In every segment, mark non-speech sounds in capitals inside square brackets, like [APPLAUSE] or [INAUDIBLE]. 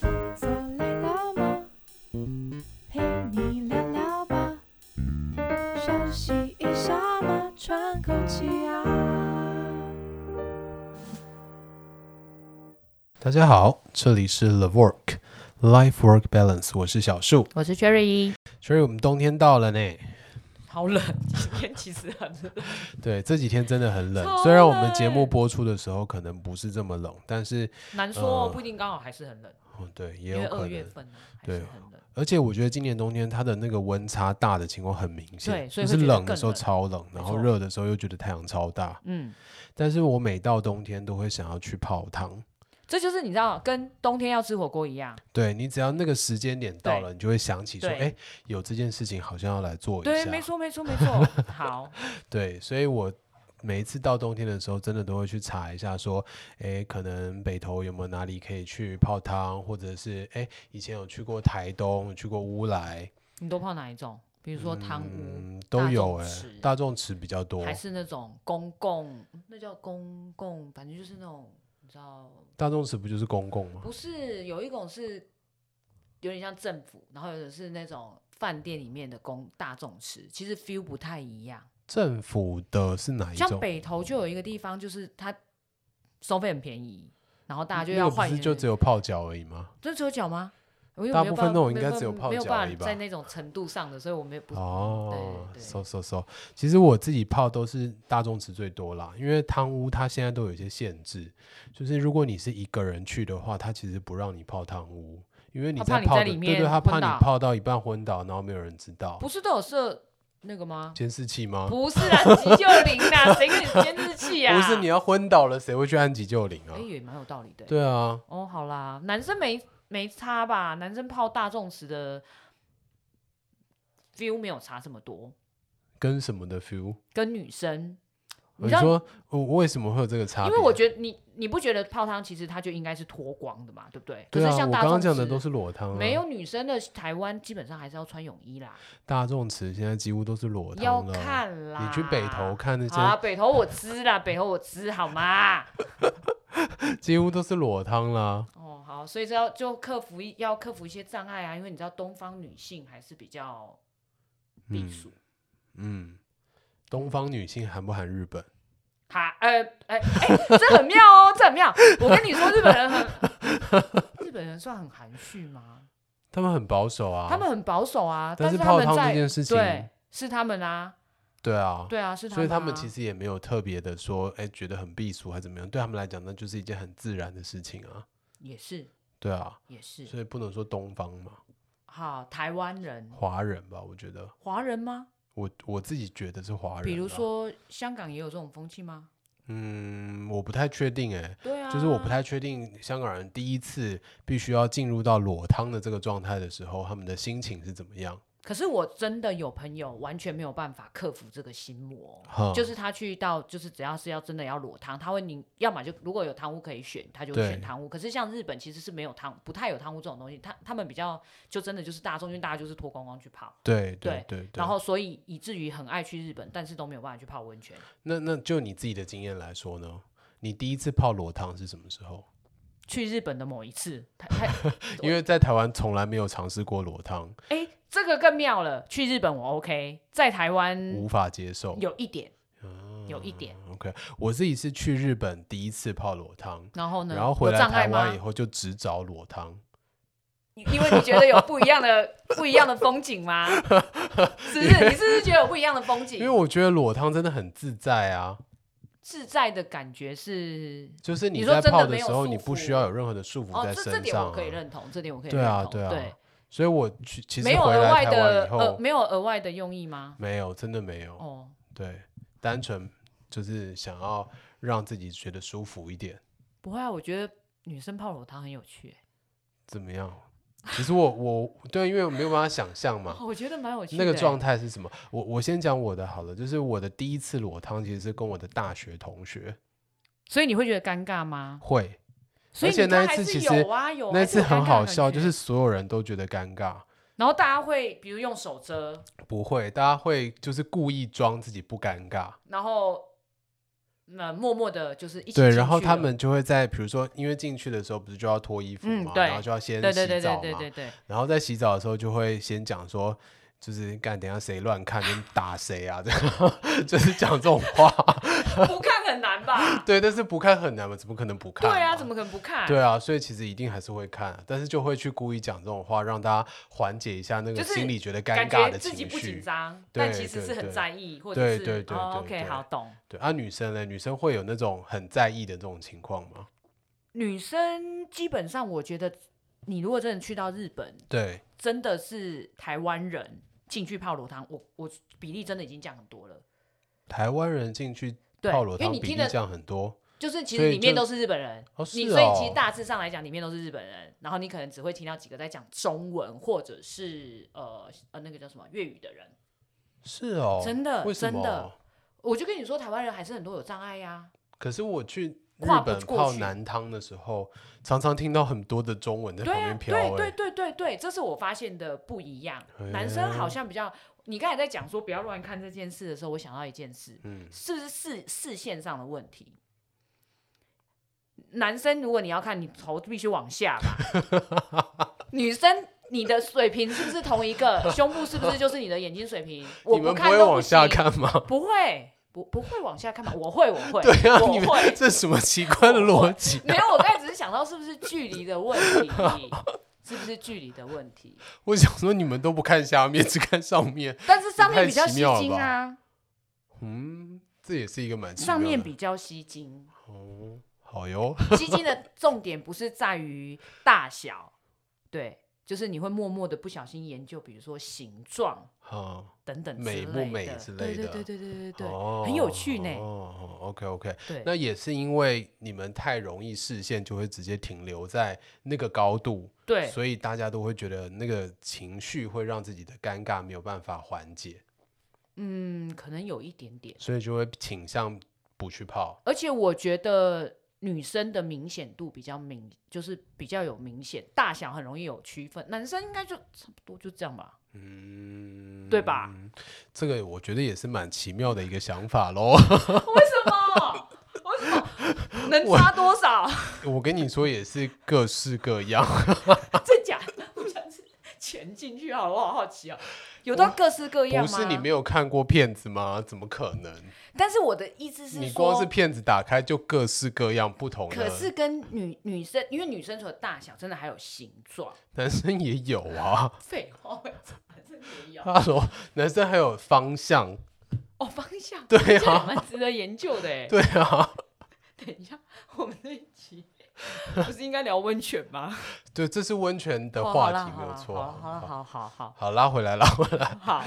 坐累了吗？陪你聊聊吧，休息一下嘛，喘口气啊。大家好，这里是 The Work Life Work Balance，我是小树。我是 Jerry，所以我们冬天到了呢，好冷，今天其实很冷，对，这几天真的很冷。超虽然我们节目冷播出的时候可能不是这么冷，但是，难说、呃哦，不一定刚好还是很冷，哦，对，也因为有可二月能。份呢还对是很冷。而且我觉得今年冬天它的那个温差大的情况很明显，对所以就是会觉得冷的更时候冷超冷，然后错热的时候又觉得太阳超大。嗯，但是我每到冬天都会想要去泡汤，这就是你知道，跟冬天要吃火锅一样。对你只要那个时间点到对了，你就会想起说，对哎，有这件事情好像要来做一下。对，没错，没错，[LAUGHS] 没错。好，对，所以我每一次到冬天的时候，真的都会去查一下，说，诶，可能北投有没有哪里可以去泡汤，或者是，诶，以前有去过台东，有去过乌来，你都泡哪一种？比如说汤屋，嗯，都大有，众诶，池大众池比较多，还是那种公共，那叫公共，反正就是那种你知道，大众池不就是公共吗？不是有一种是有点像政府，然后有的是那种饭店里面的公大众吃，其实 feel 不太一样。政府的是哪一像种？北投就有一个地方，就是它收费很便宜，然后大家就那要个不换是原。就只有泡脚而已吗？这只有脚吗？我又大没有部分办那种应没该办只有泡没有脚而办已法吧在那种程度上的，所以我们也不哦对对，so so so，其实我自己泡都是大众池最多啦，因为汤屋它现在都有一些限制，就是如果你是一个人去的话，它其实不让你泡汤屋，因为你他在怕你泡的，在里对对，面他怕昏你倒泡到一半昏倒，然后没有人知道不是都有设那个吗？监视器吗？不是啦，急救铃 [LAUGHS] 啦，谁给你监视器啊？不是你，要昏倒了，谁会去按急救铃啊哎，？也蛮有道理的。对啊，哦，好啦，男生没没差吧？男生泡大众池的 feel 没有差这么多，跟什么的 feel？跟女生，你你知道说我我为什么会有这个差别？因为我觉得你你不觉得泡汤其实它就应该是脱光的嘛，对不对？对可啊，是像我大刚刚众讲的池都是裸汤、啊，没有女生的台湾基本上还是要穿泳衣啦，大众池现在几乎都是裸要汤了。看啦。你去北投看那些好啦，北投我知啦，北投我知好吗？几乎都是裸汤啦。哦，好，所以这要就克服一要克服一些障碍啊，因为你知道东方女性还是比较避暑。嗯，东方女性含不含日本？哈，呃，哎、哎、这很妙哦，这很妙。我跟你说，日本人很， [LAUGHS] 日本人算很含蓄吗？他们很保守啊。他们很保守啊，但是是他泡们汤在这件事情，对，是他们啊，对啊，对啊，是他们、啊。所以他们其实也没有特别的说，哎，觉得很避暑还怎么样？对他们来讲，那就是一件很自然的事情啊。也是对啊，也是，所以不能说东方嘛，好，台湾人、华人吧，我觉得，华人吗？我我自己觉得是华人。啊比如，说香港也有这种风气吗？嗯，我不太确定、哎。对啊，就是我不太确定香港人第一次必须要进入到裸汤的这个状态的时候，他们的心情是怎么样？可是我真的有朋友完全没有办法克服这个心魔，哈就是他去到，就是只要是要真的要裸汤，他会宁要么就如果有汤屋可以选，他就会对选汤屋。可是像日本其实是没有汤，不太有汤屋这种东西，他他们比较就真的就是大众，因为大家就是脱光光去泡，对对对对对。然后所以以至于很爱去日本，但是都没有办法去泡温泉。那那就你自己的经验来说呢？你第一次泡裸汤是什么时候？去日本的某一次，他他因为在台湾从来没有尝试过裸汤，哎、这个更妙了。去日本我 OK，在台湾无法接受。嗯有一点，啊有一点。 OK，我自己是去日本第一次泡裸汤，然后呢？然后回来嗯有障碍台吗湾以？后就只找裸汤，因因为你觉得有不一样的 [LAUGHS] 不一样的风景吗？是不是？你是不是觉得有不一样的风景？因为我觉得裸汤真的很自在啊。自在的感觉是就是你说在真的泡的没有时候，束你不缚需要有任何的束缚哦，在这这身点上、我啊。可以认同，这点我可以对认啊同。对啊对所以我去其实没有回额来外台湾的以呃，后，没有额外的用意吗？没有真的没有。哦，对，单纯就是想要让自己觉得舒服一点，不会啊，我觉得女生泡裸汤很有趣、欸怎么样？其实我我对，因为我没有办法想象嘛，哦 [LAUGHS] ，我觉得蛮有趣的、那个状态，态是什么。我我先讲我的好了，就是我的第一次裸汤其实是跟我的大学同学所以你会觉得尴尬吗？会，所以而且你看那一还次是其有实啊有那还次有尴很尬好的笑，感就觉是所有人都觉得尴尬，然后大家会比如用手遮，不会，大家会就是故意装自己不尴尬，然后那、默默的就是一起对，进然后去他了们就会在，比如说，因为进去的时候不是就要脱衣服嗯嘛，对然后就要先洗澡对嘛，对对对对对对，然后在洗澡的时候就会先讲说，就是干，等一下谁乱看就打谁啊，这样 [LAUGHS] 就是讲这种话。不看很难吧？ [LAUGHS] 对，但是不看很难嘛，怎么可能不看、对啊，怎么可能不看？对啊，所以其实一定还是会看，啊但是就会去故意讲这种话，让大家缓解一下那个就是心里觉得尴感尬觉的自己情不紧绪。张，对但其实对是很对在意，或者对是对对哦对 OK 对好懂。对啊，女生呢？女生会有那种很在意的这种情况吗？女生基本上，我觉得你如果真的去到日本，对，真的是台湾人进去泡裸汤，我我比例真的已经降很多了。台湾人进去对泡裸，因为汤你比听例的降很多。就是其所以实里面就都是日本人，哦你是所以哦其实大致上来讲，里面都是日本人，然后你可能只会听到几个在讲中文或者是呃呃那个叫什么粤语的人。是哦，真的为什真的么？我就跟你说，台湾人还是很多有障碍呀、可是我去日跨不本过泡去男汤的时候，常常听到很多的中文在对旁啊边，飘、对对欸。哎对对对，这是我发现的不一样。男生好像比较，你刚才在讲说不要乱看这件事的时候，我想到一件事，嗯，是不是视视线上的问题？男生，如果你要看，你头必须往下吧。 [LAUGHS] 女生，你的水平是不是同一个？胸部是不是就是你的眼睛水平？我你们看会都往下行，看吗？不会，不不会往下看吧？我会，我会， [LAUGHS] 对啊，我你们会。这什么奇怪的逻辑？啊没有，我刚才只是想到是不是距离的问题，是不是距离的问题？ [LAUGHS] 我想说你们都不看下面，只看上面。但是上也太面比较奇吸妙了睛吧啊，嗯，这也是一个蛮奇上妙面的比较吸睛。哦，好哟。 [LAUGHS] 吸睛的重点不是在于大小，对，就是你会默默的不小心研究，比如说形状嗯，等等之美不类美的之对类的对对对对对对，哦很有趣呢哦，OK OK，对那也是因为你们太容易视线就会直接停留在那个高度，对所以大家都会觉得那个情绪会让自己的尴尬没有办法缓解，嗯，可能有一点点。所以就会倾向不去泡。而且我觉得女生的明显度比较明，就是比较有明显，大小很容易有区分。男生应该就差不多就这样吧， [LAUGHS] 嗯，对吧？这个我觉得也是蛮奇妙的一个想法喽。为什么？ [LAUGHS] 为什么能差多少？ [LAUGHS] [LAUGHS] 我跟你说，也是各式各样。真假？ [LAUGHS] 我想是潜进去好了，我好好奇哦。有到各式各样不吗？是你没有看过片子吗？怎么可能？但是我的意思是你说，光是片子打开就各式各样不同的，可是跟女女生，因为女生除了大小，真的还有形状。男生也有啊。 [LAUGHS] 废话，反正也有哈喽，男生还有方向，哦，方向对这还啊，蛮值得研究的哎。对啊，等一下，我们这一集不是应该聊温泉吗？对，这是温泉的哦话好啦题，没好 [LAUGHS] 有啦错。啊好啦好好啦好好好好拉回来，拉回来， [LAUGHS] 好，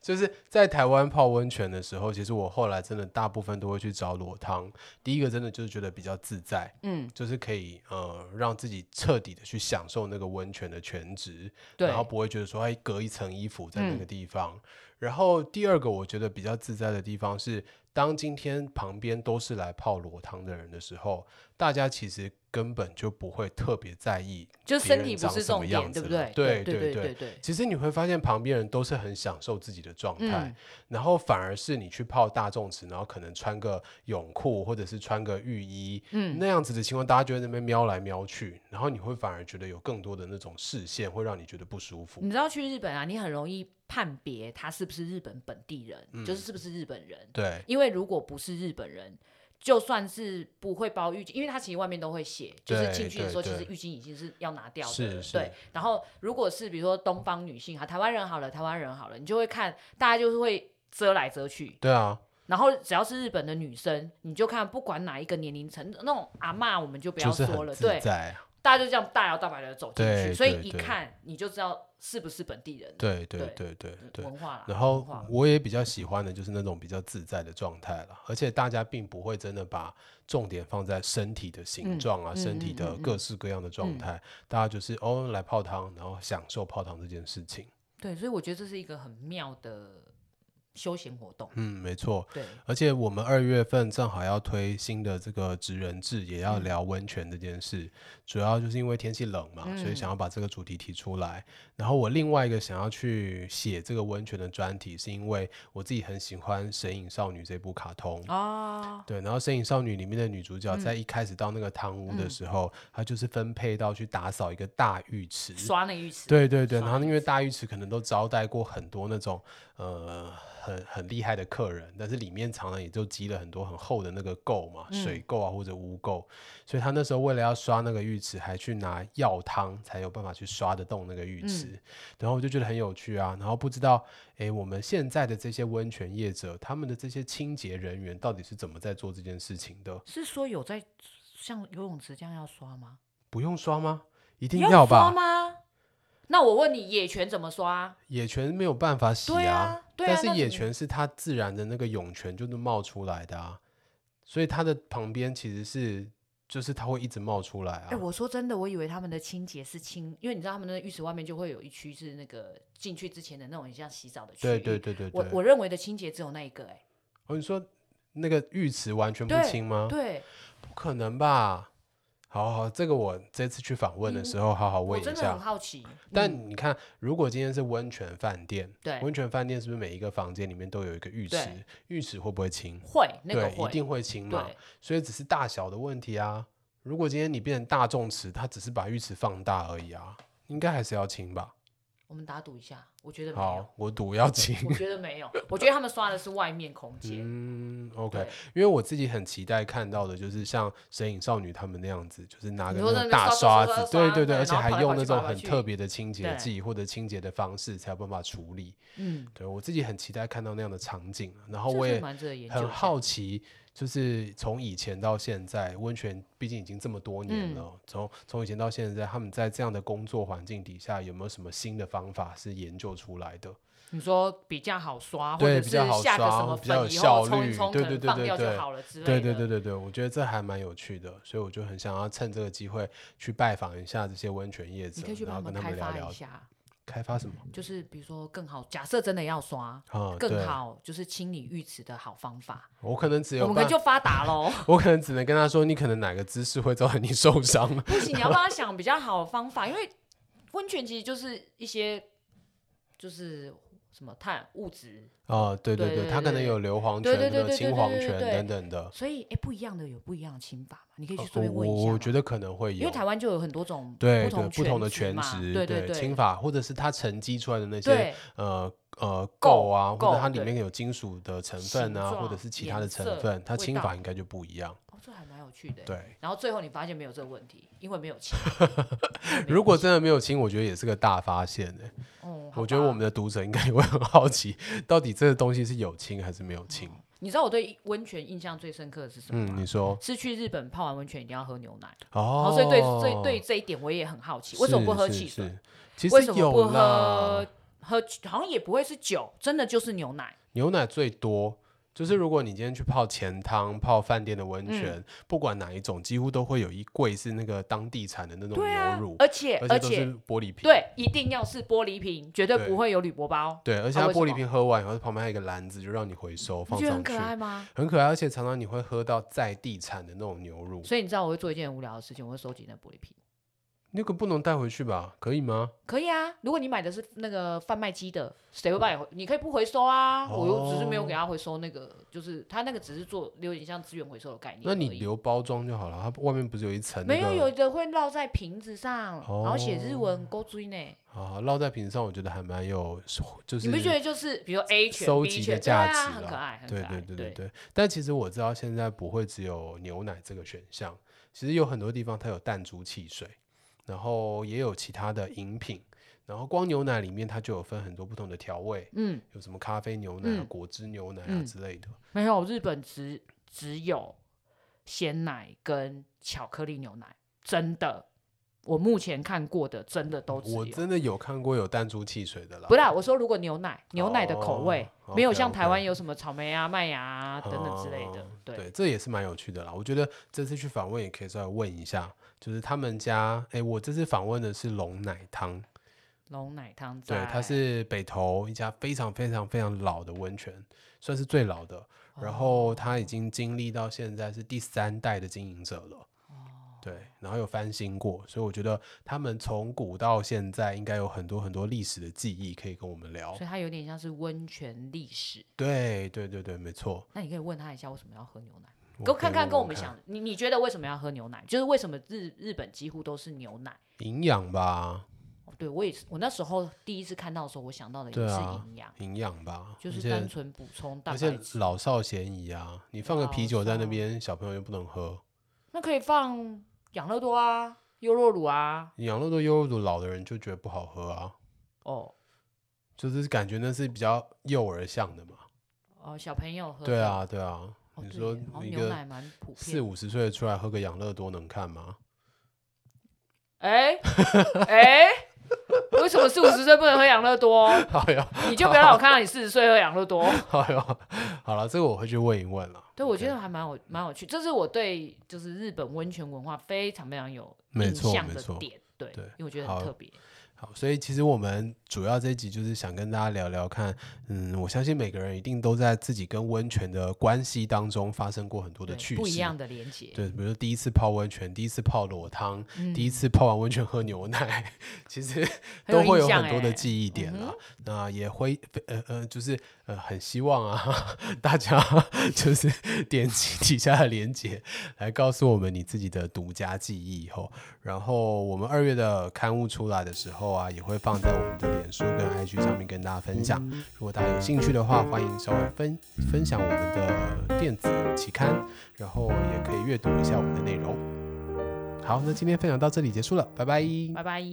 就是在台湾泡温泉的时候，其实我后来真的大部分都会去找裸汤。第一个真的就是觉得比较自在，嗯，就是可以呃让自己彻底的去享受那个温泉的全值，对然后不会觉得说哎隔一层衣服在那嗯个地方。然后第二个我觉得比较自在的地方是，当今天旁边都是来泡裸汤的人的时候，大家其实根本就不会特别在意就别身人体不长是什么重样点，对子不了对对？对对对对，其实你会发现旁边人都是很享受自己的状态，嗯然后反而是你去泡大众池，然后可能穿个泳裤或者是穿个浴衣，嗯那样子的情况，大家就在那边瞄来瞄去，然后你会反而觉得有更多的那种视线会让你觉得不舒服。你知道去日本啊，你很容易判别他是不是日本本地人，嗯就是是不是日本人，对，因为如果不是日本人。就算是不会包浴巾，因为他其实外面都会写，就是对进去的对时候，其对实浴巾已经是要拿掉的是了。是对，然后如果是比如说东方女性啊，台湾人好了，台湾人好了，你就会看大家就是会遮来遮去，对啊，然后只要是日本的女生，你就看不管哪一个年龄层，那种阿嬷我们就不要就是说很了，自对，在啊，大家就这样大摇大摆的走进去，对所以对一对看你就知道是不是本地人，对对对对对对。文化啦，然啊文后化我也比较喜欢的就是那种比较自在的状态了，而且大家并不会真的把重点放在身体的形嗯状啊、嗯身体嗯的嗯各式各样的状嗯态，大家就是哦来泡汤，然后享受泡汤这件事情。对，所以我觉得这是一个很妙的休闲活动。嗯，没错。对，而且我们二月份正好要推新的这个职人制，也要嗯聊温泉这件事。主要就是因为天气冷嘛，所以嗯想要把这个主题提出来。然后我另外一个想要去写这个温泉的专题，是因为我自己很喜欢《神隐少女》这部卡通。啊，对，然后《神隐少女》里面的女主角在一开始到那个汤屋的嗯时候，她就是分配到去打扫一个大浴池，刷那浴池，对对对，然刷后因为大浴池可能都招待过很多那种呃很很厉害的客人，但是里面常常也就积了很多很厚的那个垢嘛，水垢啊或者污垢，所以他那时候为了要刷那个浴池，还去拿药汤才有办法去刷得动那个浴池，然后我就觉得很有趣啊，然后不知道诶我们现在的这些温泉业者，他们的这些清洁人员到底是怎么在做这件事情的？是说有在像游泳池这样要刷吗？不用刷吗？一定你要吧？刷吗？那我问你，野泉怎么刷？野泉没有办法洗对啊，对啊，但是那野你泉是它自然的那个涌泉就是冒出来的啊，所以它的旁边其实是就是它会一直冒出来啊。哎、我说真的，我以为他们的清洁是清，因为你知道他们的浴池外面就会有一区是那个进去之前的那种很像洗澡的区域。对对对对我对，我认为的清洁只有那一个、哎、哦你说那个浴池完全不对清吗？对，不可能吧？好好，这个我这次去访问的时候好好嗯我问真一的下。很好奇。嗯但你看，如果今天是温泉饭店，对温泉饭店是不是每一个房间里面都有一个浴池对？浴池会不会清？会那个对，一会，定会清嘛。对所以只是大小的问题啊。如果今天你变成大众池，它只是把浴池放大而已啊，应该还是要清吧？我们打赌一下，我觉得嗯没有好，，我赌要清。我觉得没有，我觉得他们刷的是外 [LAUGHS] 面空间。嗯，OK，对因为我自己很期待看到的就是像《神隐少女》他们那样子，就是拿个你说那那个个大刷刷子刷，对刷对对，对而且然后还跑来用跑那去种跑来很跑去特别的清洁对剂或者清洁的方式才有办法处理。嗯，对我自己很期待看到那样的场景，啊然后这哦我是也蛮值得研究一下。很好奇，就是从以前到现在，温泉毕竟已经这么多年嗯了，从从以前到现在，他们在这样的工作环境底下，有没有什么新的方法是研究出来的？你说比较好刷，或对者比是较好下个刷什么比较有粉以效后冲率一冲，对可对能对放对掉就对好了之类对的。对对对对，我觉得这还蛮有趣的，所以我就很想要趁这个机会去拜访一下这些温泉业者你可以去，然帮后他跟们他开们聊发一聊下，开发什么就是比如说更好，假设真的要刷，啊？对更，好就是清理浴池的好方法，我可能只我有们可办能，就发达喽。我可能只能跟他说，你可能哪个姿势会造成你受伤。 [LAUGHS] [LAUGHS] 不行，你要帮他想比较好的方法，因为温泉其实就是一些就是什么碳物质，哦，对对对对，对它可能对有硫磺对泉、对对有对青对黄对对泉对等等的。所以哎、不一样的有不一样的清法嘛，你可以去呃顺便我问一下我嘛。觉得可能会因为有，台湾就有很多种对对同不同的权全嘛职，对对轻法或者是它沉积出来的那些对呃呃垢垢啊，或者垢它里对面有金属的成分啊，形或者状是其他的颜成色分，它味轻道法应该就不一样。哦，这还蛮有趣的。对，然后最后你发现没有这个问题，因为没有钱。如果真的没有轻，我觉得也是个大发现诶。哦，好我觉得吧我们的读者应该也 [LAUGHS] 会很好奇，到底这个东西是有轻还是没有轻？你知道我对温泉印象最深刻的是什么吗？嗯，你说是去日本泡完温泉一定要喝牛奶，然哦后，所以对对对这一点我也很好奇，为什么不是喝是汽水？是其为实什么不有啦喝。喝好像也不会是酒，真的就是牛奶。牛奶最多。就是嗯如果你今天去泡钱汤、泡饭店的温泉，不管哪一种，几乎都会有一柜是那个当地产的那种对啊牛乳，，而且而而且都是且玻璃瓶。对，一定要是玻璃瓶，绝对对不会有铝箔包。对而且啊它为什玻璃么瓶喝完以后，旁边还有一个篮子，就让你回收你放觉得上很可去，爱吗？很可爱。而且常常你会喝到在地产的那种牛乳，所以你知道我会做一件很无聊的事情，我会收集那玻璃瓶。那个不能带回去吧？可以吗？可以啊，如果你买的是那个贩卖机的，谁会帮你回？嗯你可以不回收哦啊，我又只是没有给他回收那个，就是他那个只是做有点像资源回收的概念而那已。你留包装就好了，它外面不是有一层、那没个？有有的会烙在瓶子上，哦然后写日文勾追呢。啊，烙在瓶上，我觉得还蛮有，就是你不觉得就是比如说 A 犬、收 B 集犬的价对啊，值很啦可爱，很可对爱。对对对对对，但其实我知道现在不会只有牛奶这个选项，其实有很多地方它有弹珠汽水，然后也有其他的饮品，然后光牛奶里面它就有分很多不同的调味，嗯，有什么咖啡牛奶、啊、嗯果汁牛奶啊嗯之类的。没有日本只只有鲜奶跟巧克力牛奶，真的，我目前看过的真的都只我有。真的有看过有弹珠汽水的啦，不啦，我说如果牛奶，牛奶的口味、哦没有 OK，像台 OK 湾有什么草莓啊、麦芽啊等等之类的哦，对，这也是蛮有趣的啦。我觉得这次去访问也可以稍微问一下，就是他们家，哎，我这次访问的是龙奶汤，龙奶汤对在，，它是北投一家非常非常非常老的温泉，算是最老的。然哦后它已经经历到现在是第三代的经营者了。哦对，然后有翻新过，所以我觉得他们从古到现在应该有很多很多历史的记忆可以跟我们聊所。以它有点像是温泉历史。对对对对，没错。那你可以问他一下为什么要喝牛奶，给可我看以看问跟我问们看想的，你你觉得为什么要喝牛奶？就是为什么日日本几乎都是牛奶？营养吧，哦对我也是，我那时时候第一次看到的时候，我想到的也对是啊营养，营养吧，就而是且单纯补充蛋而白且质。老少咸宜啊，你放个老啤酒在那少边，小朋友又不能喝。那可以放养乐多啊、优酪乳啊。养乐多、优酪乳，老的人就觉得不好喝啊，哦就是感觉那是比较幼儿向的嘛。哦，小朋友喝对的，啊，对啊，哦你对说耶哦一牛个奶蛮普四遍的。五十岁的出来喝个养乐多能看吗？ [LAUGHS] 哎哎，为什么四五十岁不能喝养乐多？哎呀，你就不要让我看到你四十岁喝养乐 [LAUGHS] 多。哎呀，好了，这个我会去问一问了。对，我 OK 觉得还蛮有蛮有趣，这是我对就是日本温泉文化非常非常有没印错象没的错点。对，对因为我觉得很好特别。好，所以其实我们主要这一集就是想跟大家聊聊看，嗯，我相信每个人一定都在自己跟温泉的关系当中发生过很多的对，趣事，不一样的连接。对，比如说第一次泡温泉，第一次泡裸汤，嗯第一次泡完温泉喝牛奶， [LAUGHS] 其实很都有会印有象很多的欸记忆点嗯啦。那也会呃呃，就是呃，很希望啊， [LAUGHS] 大家就是 [LAUGHS] 点击底下的链接来告诉我们你自己的独家记忆吼。然后我们二月的刊物出来的时候啊，也会放在我们的脸书跟 IG 上面跟大家分嗯享。如果大家有兴趣的话，欢迎稍微分分享我们的电子期刊，然后也可以阅读一下我们的内容。好，那今天分享到这里结束了，拜拜拜拜。